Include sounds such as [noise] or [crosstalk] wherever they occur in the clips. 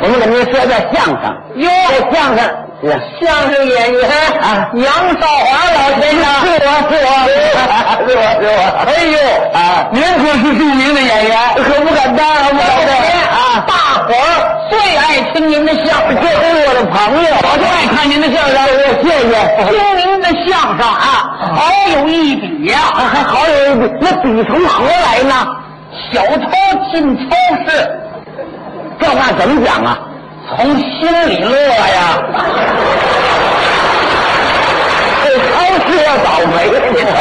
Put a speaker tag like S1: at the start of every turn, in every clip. S1: 我们给您说叫相声。
S2: 哟
S1: 这相声是啊
S2: 相声演员
S1: 啊
S2: 杨少华老先
S1: 是
S2: 生，
S1: 我是我是我是我。
S2: 哎呦
S1: 啊，
S2: 您可是著名的演员，
S1: 可不敢当，不敢当
S2: 啊，
S1: 啊！
S2: 大伙儿最爱听您的相
S1: 这
S2: 声，
S1: 是我的朋友，
S2: 我就爱看您的相声，
S1: 我谢谢。
S2: 听您的相声啊，好有一比呀、
S1: 啊，还好有一笔，那笔从何来呢？
S2: 小偷进超市，
S1: 这话怎么讲啊？
S2: 从心里乐呀。
S1: [laughs] 这超市要倒霉了，你知道吗？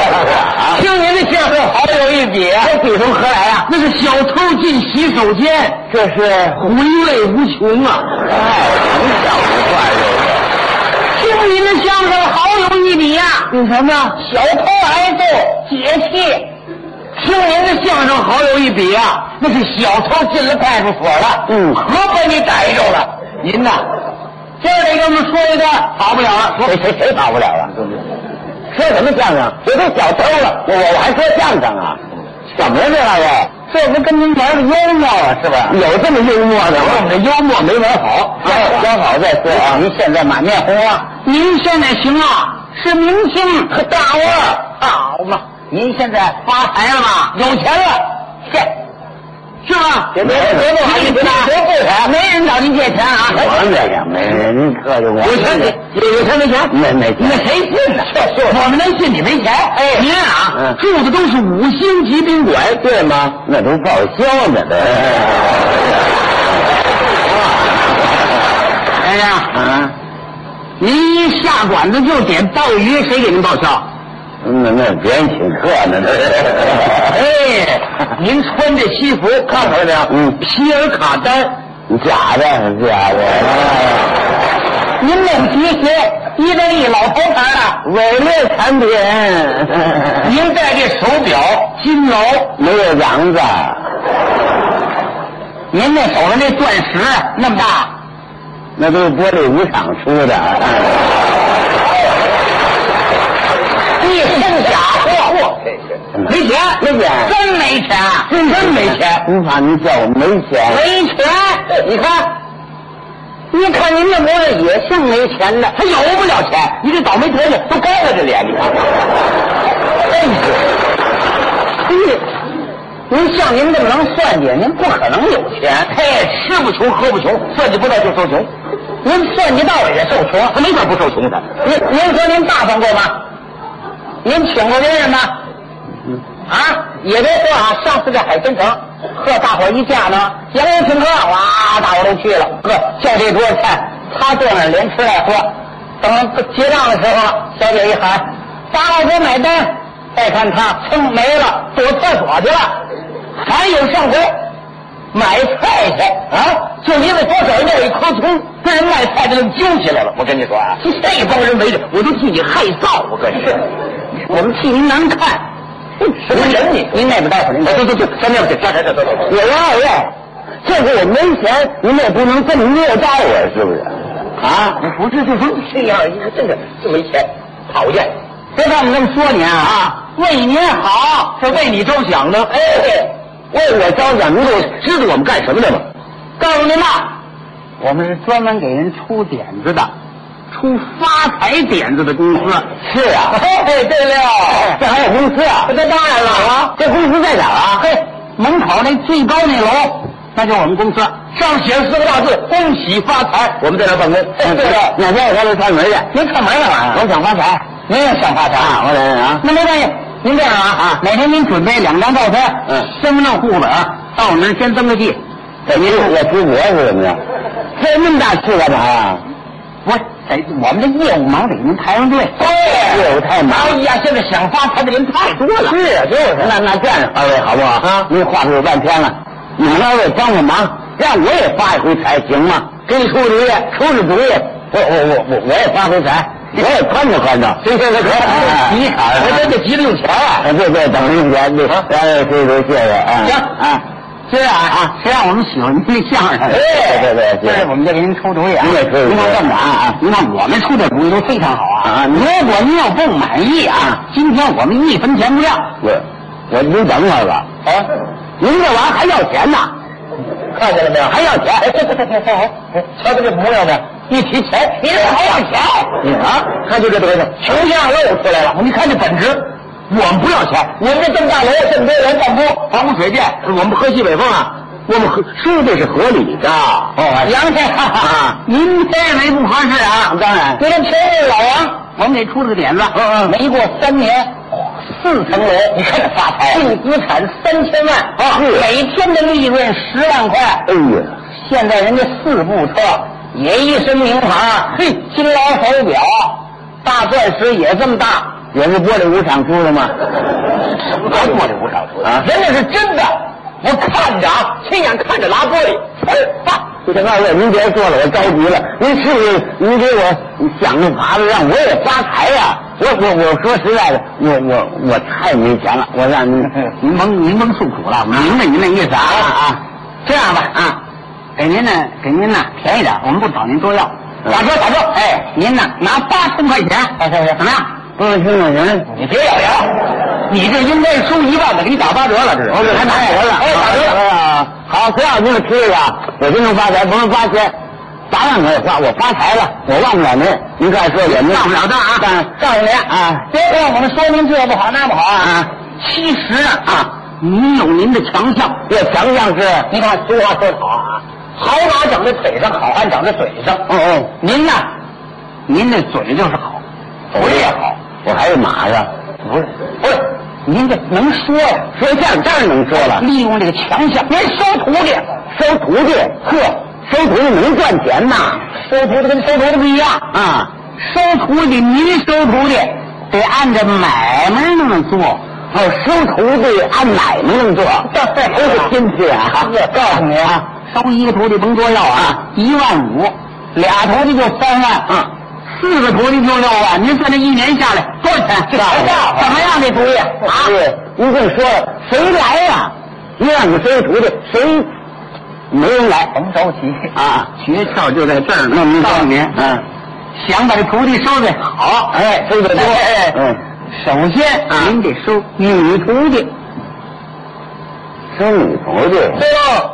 S2: [laughs] 听您的相声好有一比啊，
S1: 这笔从何来啊？
S2: 那是小偷进洗手间，
S1: 这是
S2: 回味无穷啊。
S1: 哎，从小就惯
S2: 听您的相声好有一比呀、
S1: 你什么呀？
S2: 小偷挨揍解气。听您的相声好有一比啊，那是小偷进了派出所了，
S1: 嗯
S2: 可把你逮着了。您呐，今儿得给我们说一段，跑不了了，说嗯
S1: 谁谁谁跑不了了？说什么相声？谁都小偷了，我我还说相声啊？怎么了这玩意儿？这不跟您玩的幽默啊，是吧？有这么幽默的？我们这幽默没玩好，
S2: 哎
S1: 玩好再说啊！您现在满面红光，
S2: 您现在行啊，是明星
S1: 和大腕儿
S2: 好嘛，
S1: 您现在
S2: 发财了吧？有钱了，
S1: 现
S2: 是吧？
S1: 别别别别不好意思啊
S2: 别不好，没人找您借钱啊。
S1: 我这个没人客气，我
S2: 有钱
S1: 有有钱没钱？没没
S2: 那
S1: 钱。
S2: 谁信呢？
S1: 是是
S2: 我们能信你没钱？哎您啊，
S1: 嗯
S2: 住的都是五星级宾馆，
S1: 管对吗？那都报销呢，都。
S2: 哎呀，
S1: 啊，
S2: 您一下馆子就点鲍鱼，谁给您报销？
S1: 那那别人请客呢，那。
S2: [laughs] 哎，您穿这西服看看没有？
S1: 嗯
S2: 皮尔卡丹，
S1: 假的，假的，
S2: [laughs] 您那皮鞋意大利老头牌的，
S1: 伪劣产品，
S2: 您戴这手表金劳，
S1: 没有洋子，
S2: 您那手上这钻石那么大，
S1: 那都是玻璃舞厂出
S2: [laughs]
S1: 的。
S2: 一身假货，没钱，
S1: 没钱
S2: 真没钱，
S1: 真
S2: 真没钱。
S1: 您怕您叫我没钱？
S2: 没钱，你看，你看您这模样也像没钱的，他有不了钱，你这倒霉犊子都该我这脸，你
S1: [laughs]
S2: 看，
S1: 哎
S2: 真是，嗯您您像您这么能算计，您不可能有钱，嘿，哎吃不穷，喝不穷，算计不到就受穷，您算计到了也受穷，他没法不受穷的。您您说您大方过吗？您请过别人吗？啊，也别说啊，上次在海鲜城和大伙儿一架呢，洋人请客，哇，大伙儿都去了，呵，就这桌菜，他坐那儿连吃带喝。等结账的时候，小姐一喊：“八老哥买单！”再看他，噌没了，躲厕所去了。还有上回买菜去啊，就因为左手那有一颗葱，跟人卖菜的人揪起来了。我跟你说啊，这帮人围着，我都替你害臊。我跟你说，我们替您难看。什么人你？您那边待会儿，您走走走，咱那边去，站站站走走走。
S1: 我要要，就是我没钱，您也不能这么虐待我，是不是？啊，
S2: 不是，就是这样，一个真是就没钱，讨厌。别看我们这么说您啊，为您好是为你着想的。哎，
S1: 为我着想，您就知道我们干什么的吗？
S2: 告诉您呐，我们是专门给人出点子的，出发财点子的公司。
S1: 是啊，
S2: 嘿，对了
S1: 这还有公司啊？
S2: 那当然了啊，
S1: 这公司在哪儿啊？
S2: 嘿，门口那最高那楼，那就是我们公司，上写四个大字“恭喜发财”。
S1: 我们在这儿办公。嗯
S2: 哎对了
S1: 哪天我上这串门去？
S2: 您看门干嘛呀？
S1: 我想发财。
S2: 您也想发财
S1: 啊，我来啊。
S2: 那没关系，您这样啊啊，哪天您准备两张照片，
S1: 嗯哎
S2: 身份证、户口本啊，到我们这儿先登个记。
S1: 这您我出国是怎么着？费那么大气干嘛呀？
S2: 不是，得我们这业务忙，得给您排上队。
S1: 对业务太忙
S2: 哎呀，现在想发财的人太多了。
S1: 是啊，就是。那那这样，二位好不好？
S2: 啊
S1: 您话说半天了，你们二位帮个忙，让我也发一回财，行吗？给你出个主意，出个主意。我我我我我也发回
S2: [laughs]
S1: 财，我也宽敞宽敞。
S2: 行行行，
S1: 哎
S2: 急，我真得急着用钱啊。
S1: 哎，对对，等一下，对，哎，对对，谢谢啊。
S2: 行
S1: 啊，哎
S2: 是啊啊，谁让我们喜欢您的相声？
S1: 对对对嗯对
S2: 这是我们就给您出主意啊。
S1: 您给出主意
S2: 您看这么着啊啊，您看我们出这主意都非常好啊。
S1: 啊
S2: 如果您要不满意啊，今天我们一分钱不要。
S1: 我我您等会儿吧。
S2: 哎，
S1: 您这玩意儿还要钱呢？
S2: 看见了没有？还要钱？哎，这这这这这，瞧他这模样呢，一提钱，你这还要钱？啊，看就这德行，穷相露出来了。你看这本质，我们不要钱，我们这这么大楼，这么多人办公，房屋水电，我们喝西北风啊。我们合说这是合理的哦，杨先生啊，您这为不合适啊，当然，您这缺位老王，我们给出了个点子，嗯嗯，没过三年，四层楼，你看这发
S1: 嗯
S2: 财，净资产三千万啊，每天的利润十万块，
S1: 哎呀，
S2: 现在人家四部车，也一身名牌，嘿，金劳手表，大钻石也这么大，
S1: 也是玻璃屋厂出的吗？
S2: 什么叫玻璃屋厂出
S1: 的
S2: 啊？人家是真的，我看着啊，亲眼看着拉玻璃，呲啪。
S1: 就这二位，您别说了，我着急了。您是不是您给我想个法子，让我也发财呀、我我我说实在的，我我我太没钱了，我让您
S2: 您甭您甭诉苦了，我明白您那意思啊啊！这样吧啊，给您呢给您呢便宜点，我们不找您多要。打折打折，哎，您呢拿八千块钱，哎哎哎，怎么样？
S1: 不是听我人，
S2: 你别咬牙，你这应该收一万的，给你打八折了，这是。
S1: 还拿我了，
S2: 哎，打折。
S1: 了。好，不要您的提议啊，我就能发财，不能发钱，八万可以花，我发财了，我忘不了您。您再说我您
S2: 忘不了的啊！
S1: 但
S2: 告诉您啊，别让我们说您这不好那不好啊！其实啊啊，您有您的强项，
S1: 这强项是，
S2: 你看俗话说得好啊，好马长在腿上，好汉长在嘴上。哦
S1: 嗯嗯，
S2: 您呐，您这嘴就是好，
S1: 我也好，我还有马呀，
S2: 不是不是，您这能说呀、
S1: 说相声能说了。
S2: 利用这个强项，您收徒弟，
S1: 收徒弟，呵，收徒弟能赚钱呐？
S2: 收徒弟跟收徒弟不一样啊，
S1: 啊，
S2: 收徒弟您收徒弟得按照买卖那么做。
S1: 哦，收徒弟按买卖 [laughs] 那么做，都 [laughs] 是亲戚啊。
S2: 我告诉你啊，收一个徒弟甭多要啊，一万五，俩徒弟就三万，
S1: 嗯，
S2: 四个徒弟就六万，您算这一年下来多少钱？
S1: 是啊
S2: 怎么样这主意
S1: [laughs]
S2: 啊？
S1: 对，您这么说，谁来呀？你让你收徒弟，谁没人来？
S2: 甭着急，
S1: 啊，
S2: 诀窍就在这儿
S1: 那您
S2: 告诉您，
S1: 嗯，
S2: 想把这徒弟收的啊好，
S1: 哎，收的多，
S2: 哎
S1: 嗯，
S2: 首先
S1: 啊
S2: 您得收女徒弟，
S1: 收女徒弟，
S2: 对喽，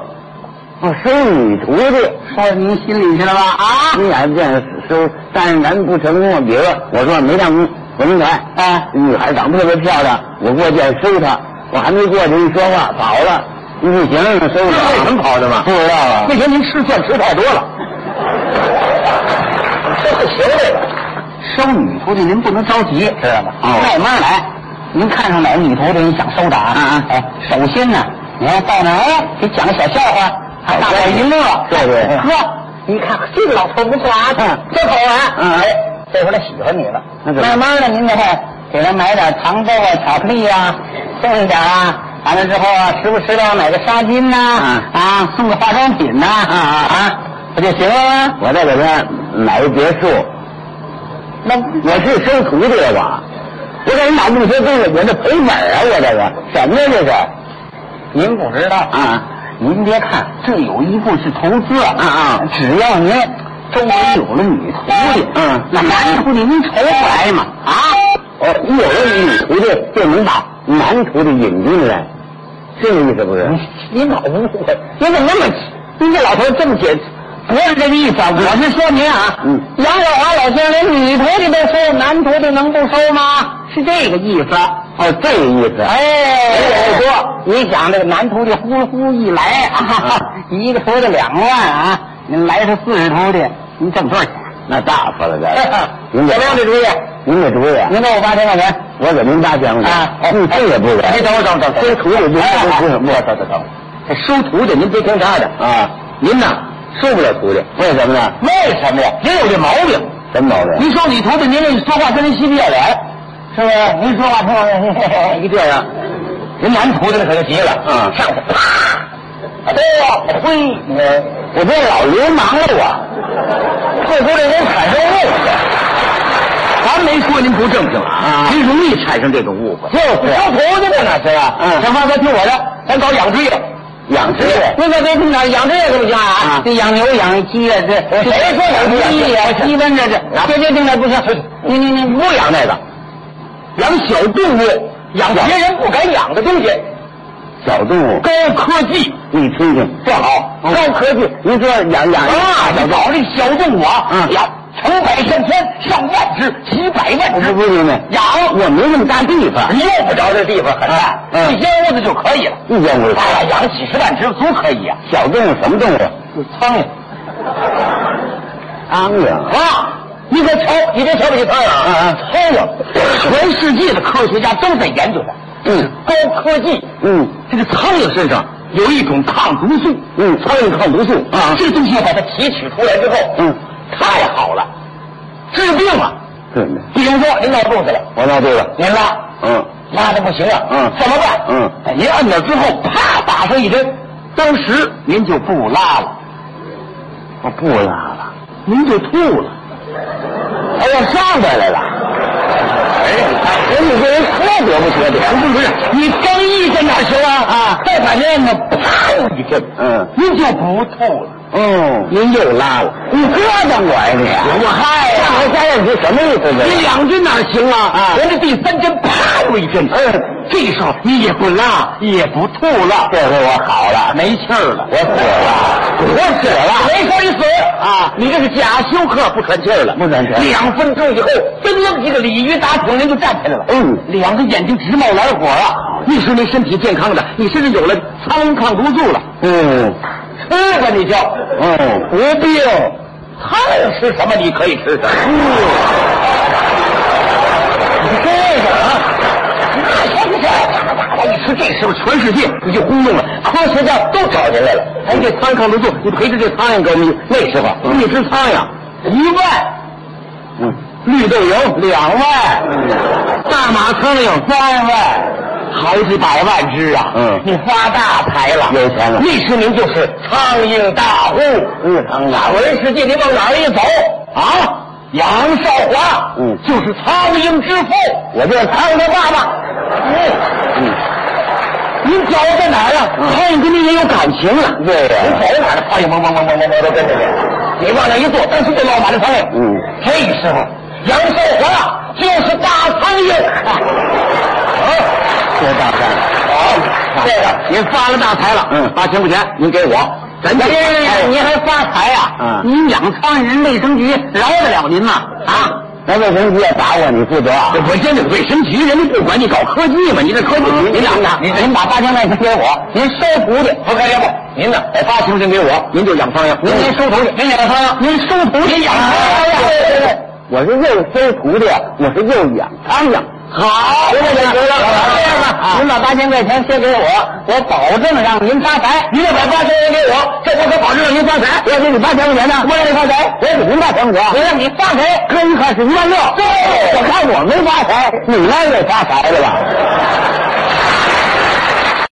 S1: 哦，收女徒弟，
S2: 说到哦您心里去了吧？啊，
S1: 你眼见收，但是咱不成功。比如我说没上文台，
S2: 哎，
S1: 女孩长得特别漂亮，我过去要收她，我还没过去一说话跑了，一不行了收她。
S2: 这为什么跑的嘛
S1: 不知道啊
S2: 那。天您吃蒜吃太多
S1: [laughs]
S2: 了，这不行这个。收女徒弟您不能着急，知道吧？
S1: 哦
S2: 慢慢来。您看上哪个女徒弟，你想收的啊？
S1: 嗯嗯
S2: 哎，首先呢，你要到那儿哎，给讲个小笑话，
S1: 好
S2: 大伙儿一乐。
S1: 对对
S2: 哎呵，你看这个老头不错啊，
S1: 嗯
S2: 真好玩。
S1: 嗯
S2: 哎，这回他喜欢你了。
S1: 那怎么
S2: 慢慢的，您得给他买点糖豆啊、巧克力啊，送一点啊。完了之后啊，时不时的买个纱巾呐、
S1: 嗯
S2: 啊，送个化妆品呐、啊，啊，不就行了吗？
S1: 我再给她买一别墅，
S2: 那
S1: 我是收徒弟了吧？我给人买那么些东西，我这赔本啊！我这个什么呀？这是
S2: 您不知道
S1: 啊？
S2: 您别看这有一部是投资啊
S1: 啊啊
S2: 只要您周围有了女徒弟，
S1: 嗯
S2: 那男徒弟您愁来嘛啊？
S1: 哦，一有了女徒弟，就能把男徒弟引进来，是这意思不是？
S2: 嗯您老误会，您怎么那么，您这老头这么解，不是这个意思啊，我是说您啊，
S1: 嗯
S2: 杨小华老先生连女徒弟都收，男徒弟能不收吗？是这个意思。
S1: 哦，这个意思。
S2: 哎，
S1: 哎
S2: 说，你想这个男徒弟呼呼一来啊，一个徒弟两万啊，您来他四十徒弟，您挣多少钱？
S1: [laughs] 那大
S2: [laughs]
S1: 发了，
S2: 怎
S1: 这您
S2: 么样这主意？
S1: 您给主意啊，
S2: 您给我八千块钱。
S1: 我给您搭钱了
S2: 啊
S1: 嗯，这也不给。
S2: 哎，等会儿，等会儿，等会
S1: 收
S2: 儿，
S1: 徒弟不是
S2: 哎
S1: 不是不是，等等等，
S2: 这哎收徒弟您别听他的，
S1: 啊，
S2: 您呐收不了徒弟，
S1: 为什么呢？
S2: 为什么呀？您有这毛病。
S1: 什么毛病？
S2: 您说你徒弟，您这说话跟人嬉皮笑脸，是不是？您说话听我一这样，人男徒弟可就急了，
S1: 嗯
S2: 上去啪，嚯，嘿，你
S1: 我这老流氓了我。
S2: 这不这人产生误会。咱没说您不正经
S1: 啊
S2: 您容易产生这种误会。
S1: 就是
S2: 收徒弟呢，哪行啊？
S1: 嗯
S2: 小芳，咱听我的，咱搞养殖业。
S1: 养殖业
S2: 那那别听哪养殖业怎么行
S1: 啊
S2: 啊？呃这养牛、养鸡呀，这
S1: 我谁说养鸡养
S2: 鸡呀、啊鸡瘟这这，这这听着不行。你你你不养那个，养小动物，养别人不敢养的东西。
S1: 小动物，
S2: 高科技
S1: 你听听，不好，
S2: 嗯
S1: 高科技。您说养养
S2: 啊！你搞这小动物啊，
S1: 嗯
S2: 要成百上千、上万只、几百万
S1: 我
S2: 只
S1: 不不明白，
S2: 养，
S1: 我没那么大地方，
S2: 用不着这地方很大，
S1: 嗯
S2: 一间屋子就可以了。
S1: 一间屋子。
S2: 哎呀，养几十万只足可以啊！
S1: 小动物什么动物？
S2: 苍 [laughs] 蝇
S1: 苍蝇。
S2: 啊！你可瞧，你别瞧不起苍蝇
S1: 嗯
S2: 啊
S1: 嗯！
S2: 苍蝇，全世界的科学家都在研究它。
S1: 嗯
S2: 高科技，
S1: 嗯
S2: 这个苍蝇身上有一种抗毒素，
S1: 嗯，苍蝇抗毒素啊。
S2: 这个东西要把它提取出来之后，
S1: 嗯，
S2: 太好了，治病啊！
S1: 对，
S2: 比如说您闹肚子了，
S1: 我闹对了。
S2: 您拉
S1: 嗯，
S2: 拉的不行了，
S1: 嗯
S2: 怎么办？
S1: 嗯
S2: 哎，您按那之后，啪打上一针，当时您就不拉了，
S1: 我不拉了。
S2: 您就吐了，
S1: 哎呀，上来来了。
S2: 哎呀，
S1: 哎，你这人特别不缺德。
S2: 不是不是，你刚一针哪行啊？
S1: 啊
S2: 再把您按那啪又一针，
S1: 嗯，
S2: 您就不吐了，
S1: 哦，您又拉了。你膈应我呀你！
S2: 我嗨呀
S1: 上回加上你什么意思这
S2: 你
S1: 是？
S2: 两针哪行啊？
S1: 啊
S2: 人家第三针啪又一针，
S1: 嗯，
S2: 这时候你也不拉，也不吐了，
S1: 这回我好了，
S2: 没气儿了
S1: 我。死了，我死了。
S2: 没说你死啊！你这是假休克，不喘气儿了，
S1: 不喘气儿
S2: 两分钟以后，噔楞一个鲤鱼打挺，人就站起来了。
S1: 嗯
S2: 两个眼睛直冒蓝火啊！你说你身体健康的，你甚至有了苍蝇抗毒素了，
S1: 嗯
S2: 吃吧你就
S1: 嗯，
S2: 无病。苍蝇吃什么你可以吃什么。这个啊，那行不行？一吃这时候全世界你就轰动了，科学家都找您来了。哎，这苍蝇抗毒素，你陪着这苍蝇给我们那时候，
S1: 嗯
S2: 一只苍蝇一万，
S1: 嗯，
S2: 绿豆蝇两万，大马苍蝇三万。好几百万只啊！
S1: 嗯
S2: 你发大财了，
S1: 有钱了
S2: 那时您就是苍蝇大户。啊
S1: 嗯苍蝇大
S2: 大
S1: 户
S2: 文世界，你往哪儿一走啊？杨少华，
S1: 嗯
S2: 就是苍蝇之父。
S1: 我就是苍蝇他爸爸。嗯
S2: 您脚在哪儿啊？苍蝇跟您也有感情啊。
S1: 对呀
S2: 您走哪儿了？苍蝇嗡嗡嗡嗡嗡嗡都跟着你。你往那一坐，当时就落满了苍蝇。
S1: 嗯
S2: 这时候杨少华就是大苍蝇。啊，
S1: 多大胆！
S2: 好，这个您发了大财了。
S1: 嗯
S2: 八千块钱您给我，咱就。
S1: 哎
S2: 您还发财呀、
S1: 嗯
S2: 您养苍蝇，人卫生局饶得了您吗？啊？
S1: 那卫生局要打我，你负责啊？
S2: 我监理卫生局，人家不管你搞科技嘛，你这科技局您养的，嗯您您把八千块钱给我，您收徒弟，哎不可以不，您呢把八千块钱给我，您就养苍蝇，您您收徒弟，您养苍蝇，您收徒弟养
S1: 哎呀，对对
S2: 苍
S1: 对
S2: 蝇，，
S1: 我是又收徒弟，我是又养苍蝇。
S2: 好，
S1: 行了行了行
S2: 这
S1: 了，这样
S2: 样
S1: 吧，
S2: 吧，
S1: 您
S2: 您
S1: 把八千块钱先给我，我保证让您发财。
S2: 您把八千块钱给我，这我可保证让您发财，
S1: 我给你八千块钱呢，我让你发财，我给您八千块钱，
S2: 我让你发财，
S1: 哥一块是一万六。
S2: 对
S1: 我看我没发财，你那也发财了吧？